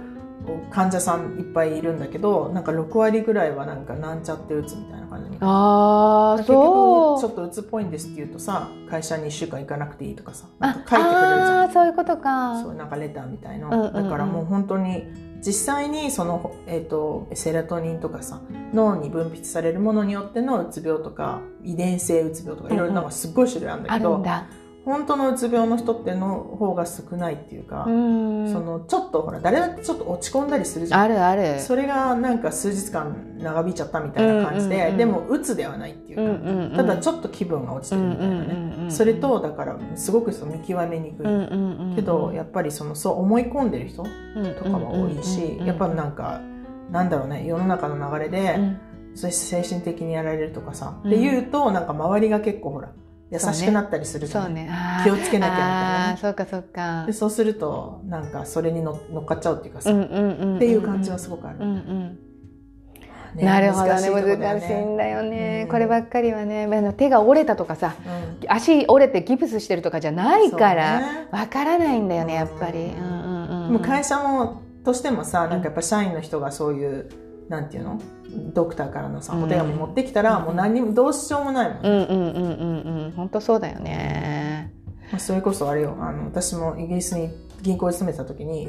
S1: 患者さんいっぱいいるんだけどなんか6割ぐらいはなんかなんちゃってうつみたいな感じに
S2: ああ
S1: 結局ち
S2: そう
S1: ょっとうつっぽいんですって言うとさ会社に1週間行かなくていいとかさな
S2: あ
S1: んか書いてくれるじゃん
S2: あーそういうことか
S1: そうなんかレターみたいな、
S2: うんうんうん
S1: だからもう本当に実際にその、えー、とセラトニンとかさ脳に分泌されるものによってのうつ病とか遺伝性うつ病とかいろい
S2: う
S1: ろ
S2: んうん
S1: なんかすっごい種類あるんだ
S2: あ
S1: け
S2: る
S1: ど、
S2: んだ
S1: 本当のうつ病の人っての方が少ないっていうか、
S2: うん
S1: そのちょっとほら誰だってちょっと落ち込んだりするじゃん。
S2: あるある
S1: それがなんか数日間長引いちゃったみたいな感じで、
S2: うんうんうん
S1: でもうつではないっていうか、
S2: うんうんうん
S1: ただちょっと気分が落ちてるみたいなね、
S2: うんうんうんうん
S1: それとだからすごくその見極めにくい、
S2: うんうんうん
S1: けどやっぱりそのそう思い込んでる人とかは多いし、
S2: うんうんうんうん
S1: やっぱなんかなんだろうね世の中の流れで、
S2: うん
S1: そして精神的にやられるとかさ、
S2: うん
S1: っていうとなんか周りが結構ほら優しくなったりするじゃ
S2: そ
S1: な
S2: う
S1: い
S2: ねあー
S1: 気をつけなきゃみたいな
S2: あー
S1: ね
S2: そうかそうか
S1: でそうするとなんかそれにの乗っかっちゃうっていうかさ、
S2: うんうんうんうん
S1: っていう感じはすごくある、
S2: うんうん
S1: ね
S2: なるほど
S1: 難しい
S2: ね
S1: とこだよ
S2: 難しいんだよね、
S1: うん
S2: こればっかりはねあの手が折れたとかさ
S1: うん
S2: 足折れてギブスしてるとかじゃないから、
S1: そうね
S2: わからないんだよねやっぱり、
S1: うん
S2: うんうんうんうん、
S1: もう会社もとしてもさなんかやっぱ社員の人がそういうなんていうのドクターからのさ
S2: うん
S1: お手紙持ってきたら、もう何にもどうしようもないもんね、
S2: うんうんうんうんうん本当そうだよね
S1: まあ、それこそあれよあの私もイギリスに銀行に勤めてた時に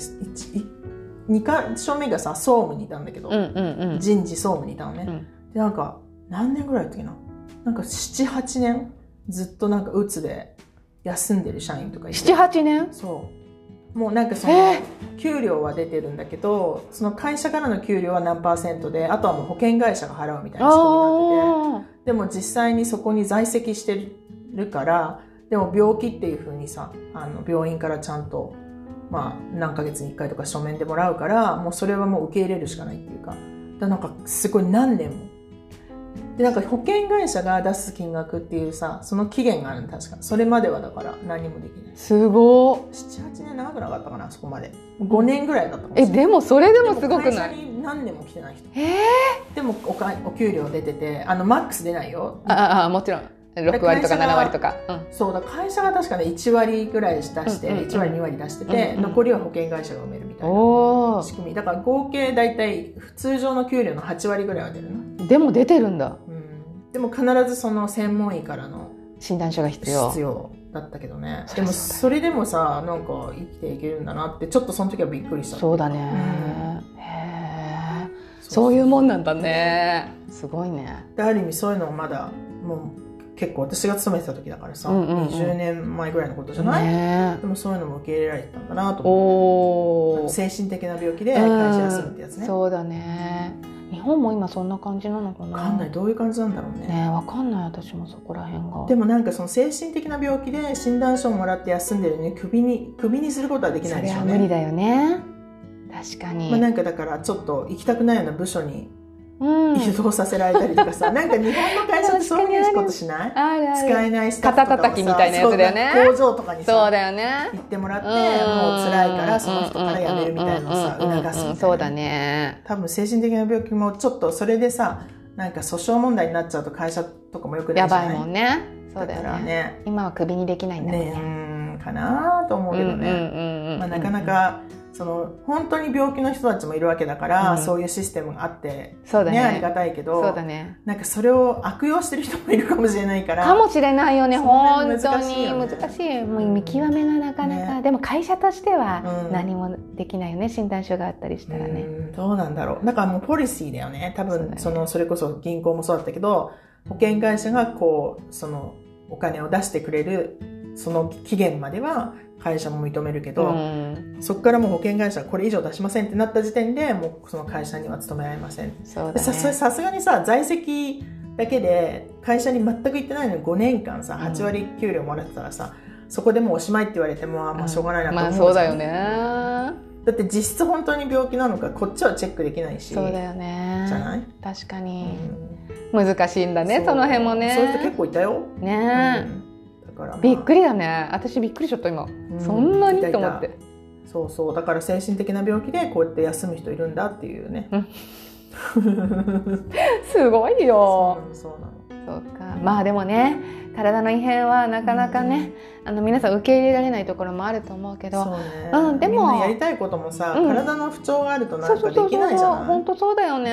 S1: 2か所目がさ総務にいたんだけど、
S2: うんうんうん
S1: 人事総務にいたのね、
S2: うん
S1: でなんか何年ぐらいの時ななんか78年ずっとなんかうつで休んでる社員とかいて
S2: 78年
S1: そうもうなんかその、
S2: え
S1: 給料は出てるんだけどその会社からの給料は何パーセントであとはもう保険会社が払うみたいな仕組みになってて。
S2: あ
S1: でも実際にそこに在籍してるからでも病気っていう風にさあの病院からちゃんと、まあ、何ヶ月に1回とか書面でもらうからもうそれはもう受け入れるしかないっていうかだからなんかすごい何年も。でなんか保険会社が出す金額っていうさその期限があるの確かそれまではだから何もできない
S2: ーすご
S1: 78年長くなかったかなそこまで5年ぐらいだったかも
S2: いえ
S1: しれない
S2: でもそれでもす
S1: でも
S2: ごく
S1: 会
S2: な
S1: 社
S2: い
S1: に何年も来てない人
S2: えー、
S1: でもおかお給料出ててあのマックス出ないよ
S2: あああもちろん6割と
S1: 会
S2: か
S1: 社が
S2: 7割とか、うん
S1: そうだ会社が確かね1割ぐらい出して、
S2: うんうんうん
S1: 1割2割出して
S2: うん
S1: て、
S2: うん
S1: 残りは保険会社が埋めるみたい
S2: お
S1: な仕組みだから合計大体通常の給料の8割ぐらいは出るな、
S2: ーでも出てるんだ
S1: うん、でも必ずその専門医からの
S2: 診断書が必要
S1: 必要だったけどね
S2: そ
S1: で
S2: りゃそうだよ
S1: もそれでもさなんか生きていけるんだなってちょっとその時はびっくりした
S2: そうだね、へえそういうもんなんだねすごいね
S1: である意味そういうのをまだもう結構私が勤めてた時だからさ、
S2: うんうんうん
S1: 20年前ぐらいのことじゃない、
S2: ね
S1: でもそういうのも受け入れられてたんだなと思
S2: お
S1: う
S2: ー
S1: 精神的な病気で会社休むってやつ
S2: う
S1: ね
S2: ん
S1: わ
S2: そうだね日本も今そんな感じなのかな
S1: かんないどういう感じなんだろうね
S2: ねわかんない私もそこら辺が
S1: でもなんかその精神的な病気で診断書をもらって休んでるのにクビにクビにすることはできない
S2: そ
S1: で
S2: れ
S1: しょ
S2: は
S1: う
S2: 無理
S1: ね
S2: だよね確かに、
S1: まあ、なんかだからちょっと行きたくないような部署に
S2: うん
S1: 移動させられたりとか
S2: [laughs]
S1: さ、なんか日本の会社ってそういうことしない
S2: あるある
S1: 使えないスタッフとかをさ
S2: 肩叩きみたいなやつだよね
S1: そう工場とかにさ
S2: そうだよね
S1: 行ってもらって
S2: うん
S1: もう辛いからその人から辞めるみたいなのをさ
S2: うんうんうんうん
S1: 促すみたいな
S2: そうだね
S1: 多分精神的な病気もちょっとそれでさなんか訴訟問題になっちゃうと会社とかもよくな
S2: や
S1: いじゃ
S2: ば
S1: ない
S2: いもんねそうだよ
S1: から
S2: ね
S1: ね
S2: 今はクビにできないんだもん
S1: ねう
S2: ね
S1: んかなと思うけどね、まあ、なかなかその本当に病気の人たちもいるわけだから、
S2: うん
S1: そういうシステムがあって、
S2: そうだ
S1: ね
S2: ね
S1: ありがたいけど
S2: そうだね
S1: なんかそれを悪用してる人もいるかもしれないから
S2: かもしれないよね
S1: その辺
S2: 本当に
S1: 難しいよね
S2: 難しいもう見極めがなかなか
S1: ね
S2: でも会社としては
S1: うん
S2: 何もできないよね診断書があったりしたらね
S1: うんどうなんだろうだからもうポリシーだよね多
S2: そうだ
S1: 分
S2: ね
S1: そのそれこそ銀行もそうだったけど保険会社がこうそのお金を出してくれるその期限までは会社も認めるけど、
S2: うん
S1: そこからもう保険会社はこれ以上出しませんってなった時点でもうその会社には勤められません
S2: そう
S1: で
S2: だ
S1: さそれ
S2: ね
S1: さすがにさ在籍だけで会社に全く行ってないのに5年間さ
S2: うん
S1: 8割給料もらってたらさ、そこでもうおしまいって言われてもあまあしょうがないな
S2: まあ
S1: と思
S2: そう
S1: うじ
S2: だ
S1: ゃん
S2: よね
S1: だって実質本当に病気なのかこっちはチェックできないし
S2: そうだよね
S1: じゃない、
S2: 確か
S1: う
S2: に
S1: ん
S2: 難しいんだね
S1: う
S2: その辺もね
S1: そういう人結構いたよ、
S2: ね
S1: うんだからまあ、
S2: びっくりだね私びっくりしちゃった今
S1: うん
S2: そんなに
S1: いたい
S2: と
S1: た
S2: 思って
S1: そうそうだから精神的な病気でこうやって休む人いるんだっていうね
S2: うんすごいよ
S1: そうなのそうなの
S2: そうかまあでもね体の異変はなかなかね、あの皆さん受け入れられないところもあると思うけど
S1: そうね、
S2: うんでも
S1: みんなやりたいこともさ、
S2: うん
S1: 体の不調があるとな
S2: そうんそ
S1: か
S2: うそ
S1: で
S2: う
S1: き
S2: そう
S1: ないじゃない
S2: 本当そうだよね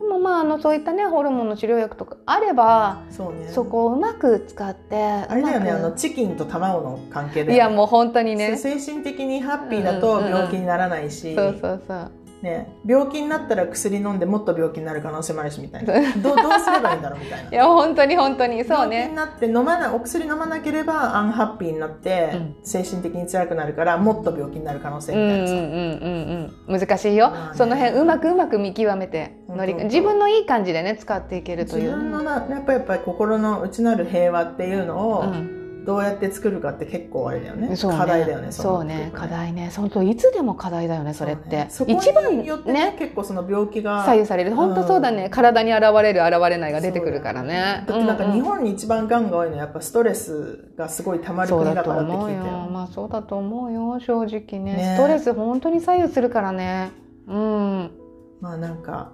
S2: でもまああのそういったねホルモンの治療薬とかあれば
S1: そうね
S2: そこをうまく使ってあ
S1: あれだよねあのチキンと卵の関係だよね
S2: いやもう本当にねそ
S1: そう精神的にハッピーだと病気にならないし、
S2: うそうそう
S1: ね、病気になったら薬飲んでもっと病気になる可能性もあるしみたいな
S2: そ
S1: どうどうすればいいんだろうみたいない
S2: や本当に本当にそう
S1: 病気
S2: ね
S1: になって飲まないお薬飲まなければアンハッピーになって、
S2: うん
S1: 精神的に辛くなるからもっと病気になる可能性
S2: う
S1: み
S2: んうん
S1: た
S2: う
S1: いなさ、
S2: んうんうん難しいよ、
S1: まあね
S2: その辺うまくうまく見極めて乗り
S1: 本当
S2: 自分のいい感じでね使っていけると
S1: 自
S2: いう
S1: 分のなやっぱやっぱり心の内なる平和っていうのを、
S2: うん
S1: どうやって作るかって結構あれだよね
S2: そうね
S1: 課題だよね
S2: そう
S1: の
S2: ね課
S1: 結構
S2: 題ね本当いつでも課題だよねそれって、
S1: そうねそ
S2: 一
S1: こ
S2: 番
S1: によってね
S2: ね
S1: 結構その病気が
S2: 左右される本当そうだね、
S1: うん
S2: 体に現れる現れないが出てくるからね
S1: だってなん
S2: う
S1: か
S2: う
S1: 日本に一番がんが多いのはやっぱストレスがすごい溜まる
S2: そう
S1: 国
S2: だ
S1: だ
S2: と
S1: からって
S2: 思う
S1: 聞
S2: よ
S1: いたよ
S2: まあそうだと思うよ正直ね
S1: ね
S2: ストレス本当に左右するからねうん
S1: まあなんか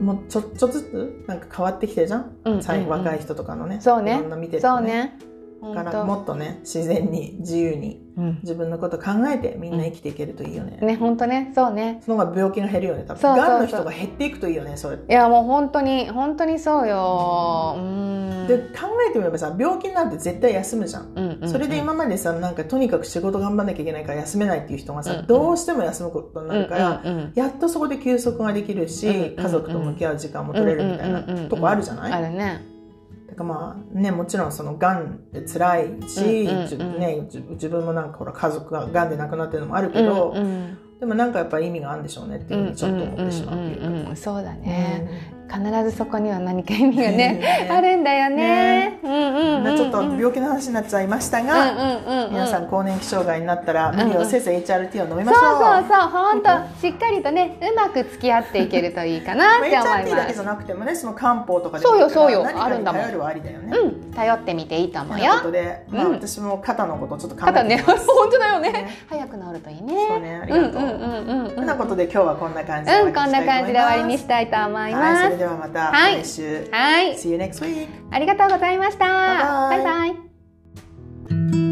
S1: もうちょちょっとずつなんか変わってきてるじゃん、
S2: うん
S1: 最後
S2: うんうん
S1: 若い人とかのね
S2: そうね
S1: いろんな見てる
S2: そ
S1: と
S2: うね
S1: だ
S2: 本
S1: から
S2: 当
S1: もっとね自然に自由に
S2: うん
S1: 自分のこと考えてみんな生きていけるといいよね、
S2: ね本当ねそうね
S1: その方が病気が減るよね多分
S2: そうそうそう
S1: がんの人が減っていくといいよねそれ
S2: いやもう本当に本当にそうようん
S1: で考えてみればさ病気なんて絶対休むじゃん
S2: うんうんうん
S1: それで今までさなんかとにかく仕事頑張んなきゃいけないから休めないっていう人がさ、
S2: うんうん
S1: どうしても休むことになるから、
S2: うんうんうん
S1: やっとそこで休息ができるし、
S2: うんうんうん
S1: 家族と向き合う時間も取れるみたいな
S2: うんうんうんうん
S1: とこあるじゃない、
S2: あるね
S1: だからまあねもちろんそのがんって辛いし、
S2: うんうんうん
S1: じゅね、じゅ自分もなんかほら家族ががんで亡くなってるのもあるけど、
S2: うんうん
S1: でもなんかやっぱ意味があるんでしょうねっていうふうにちょっと思ってしまうっていうか
S2: んんんんそうだね、必ずそこには何か意味がね
S1: うん
S2: あるんだよね
S1: ね
S2: うんうんうんうん
S1: まあちょっと病気の話になっちゃいましたが、
S2: うんうんうん
S1: 皆さん更年期障害になったら
S2: ん
S1: 無理をせず HRT を飲み
S2: そ
S1: ま
S2: う
S1: しょう。
S2: そうそう本当しっかりとねうまく付き合っていけるといいかなっ
S1: まあ
S2: て思い
S1: HRT だ
S2: ま
S1: けじ
S2: す
S1: ゃなくてもねその漢方とかで
S2: そうよそうよ
S1: 何かに
S2: あるんだもん
S1: 頼るはありだよね。
S2: うん頼ってみていいと思
S1: と
S2: う
S1: いうこ
S2: よ
S1: とで、まあ
S2: うん
S1: 私も肩のことちょっと考え
S2: ただ
S1: て
S2: ね
S1: みます。
S2: 本当だよね
S1: ね
S2: 早く治るといい
S1: そう
S2: ね
S1: ね、あり
S2: うんう
S1: が
S2: んう
S1: とう。
S2: んうんうん
S1: そんなことで今日はこんな感じで
S2: うんこんな感じで終わりに
S1: て
S2: したいと思い
S1: はい、
S2: ま
S1: それ
S2: す
S1: ではまた
S2: はい
S1: 来週。
S2: はい
S1: See you next week.
S2: ありがとうございました
S1: バイバイ
S2: バイバイ